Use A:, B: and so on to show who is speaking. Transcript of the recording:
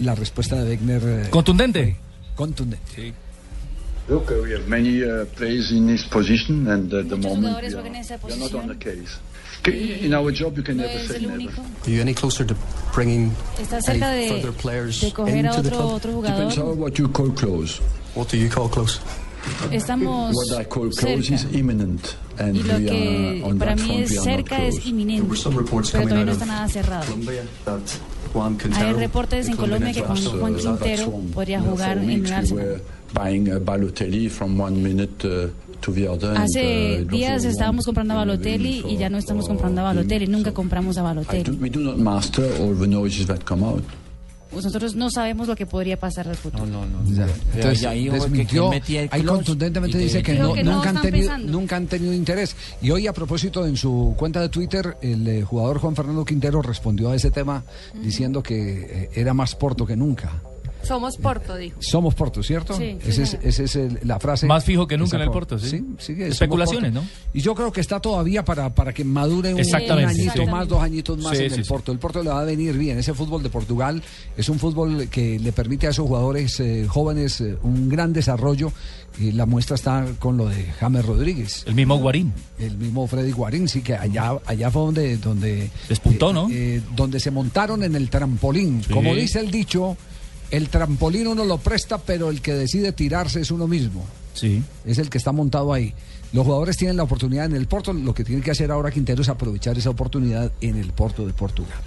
A: la respuesta de Wegner. eh,
B: Contundente.
A: contundente.
C: Look, uh, we have many uh, players in this position, and uh, at the
D: Muchos
C: moment
D: jugadores
C: we are,
D: juegan en esa
C: we are not
D: posición.
C: on the case. C- In our job, you can
D: No
C: never
D: es
C: say
D: el
C: never.
D: único.
E: Are you any closer to bringing
D: Está
E: any
D: cerca de,
E: further players
D: de coger a
E: into the
D: otro,
E: club?
D: otro
C: Depends on
D: jugador.
C: what you call close.
E: What do you call close?
D: Estamos
C: What I call close
D: cerca.
C: is imminent, and
D: Y lo
C: we
D: que
C: are on
D: para
C: that
D: mí
C: front. We
D: es
C: are not
D: cerca es
C: close.
E: There were
D: inminente,
E: some reports
D: pero
E: coming
D: todavía
E: out
D: no
E: of
D: está nada cerrado.
E: Colombia that Juan Quintero,
D: Hay reportes en
E: the
D: Colombia
E: Colombian
D: que
E: international
D: con Juan
C: So that's
D: Quintero
C: wrong.
D: podría
C: For
D: jugar en
C: weeks
D: el
C: uh, we
D: Arsenal.
C: were buying uh, Balotelli from one minute uh, to the other. and, uh,
D: Hace
C: it was
D: días
C: all
D: estábamos
C: wrong.
D: comprando a
C: And
D: Balotelli
C: for-
D: y ya no estamos
C: for
D: comprando a
C: him.
D: Balotelli, nunca
C: So
D: compramos
C: "Oh,
D: a
C: I do-
D: Balotelli.
C: we do not master all the noises that come out.
D: Nosotros no sabemos lo que podría pasar al futuro.
F: No, no.
A: Ya. Entonces,
F: Entonces, ahí
A: desmintió, ahí contundentemente
F: contundentemente
A: dice que,
D: Creo
A: no-
D: que no
A: nunca, han
D: están
A: tenido,
D: pensando.
A: nunca han tenido interés. Y hoy, a propósito, en su cuenta de Twitter, el eh, jugador Juan Fernando Quintero respondió a ese tema diciendo que eh, era más Porto que nunca.
G: Somos Porto, dijo.
A: Somos Porto, ¿cierto?
D: Sí.
A: Esa es, esa es el- la frase.
B: Más fijo que
A: Esa
B: nunca en el
A: por-
B: Porto,
A: que
B: sí.
A: somos
B: Especulaciones,
A: Porto.
B: ¿no?
A: Y yo creo que está todavía para, para que madure un,
B: Exactamente,
A: un añito
B: sí.
A: más, dos añitos más
B: Sí,
A: en
B: sí,
A: el
B: sí.
A: Porto. El Porto le va a venir bien. Ese fútbol de Portugal es un fútbol que le permite a esos jugadores eh, jóvenes eh, un gran desarrollo. Y la muestra está con lo de James Rodríguez.
B: El mismo Guarín.
A: El mismo Freddy Guarín, sí que allá, allá fue donde, donde
B: Despuntó,
A: eh,
B: ¿no?
A: eh, donde se montaron en el trampolín.
B: Sí.
A: Como dice el dicho, el trampolín uno lo presta, pero el que decide tirarse es uno mismo.
B: Sí.
A: Es el que está montado ahí. Los jugadores tienen la oportunidad en el Porto. Lo que tiene que hacer ahora Quintero es aprovechar esa oportunidad en el Porto de Portugal.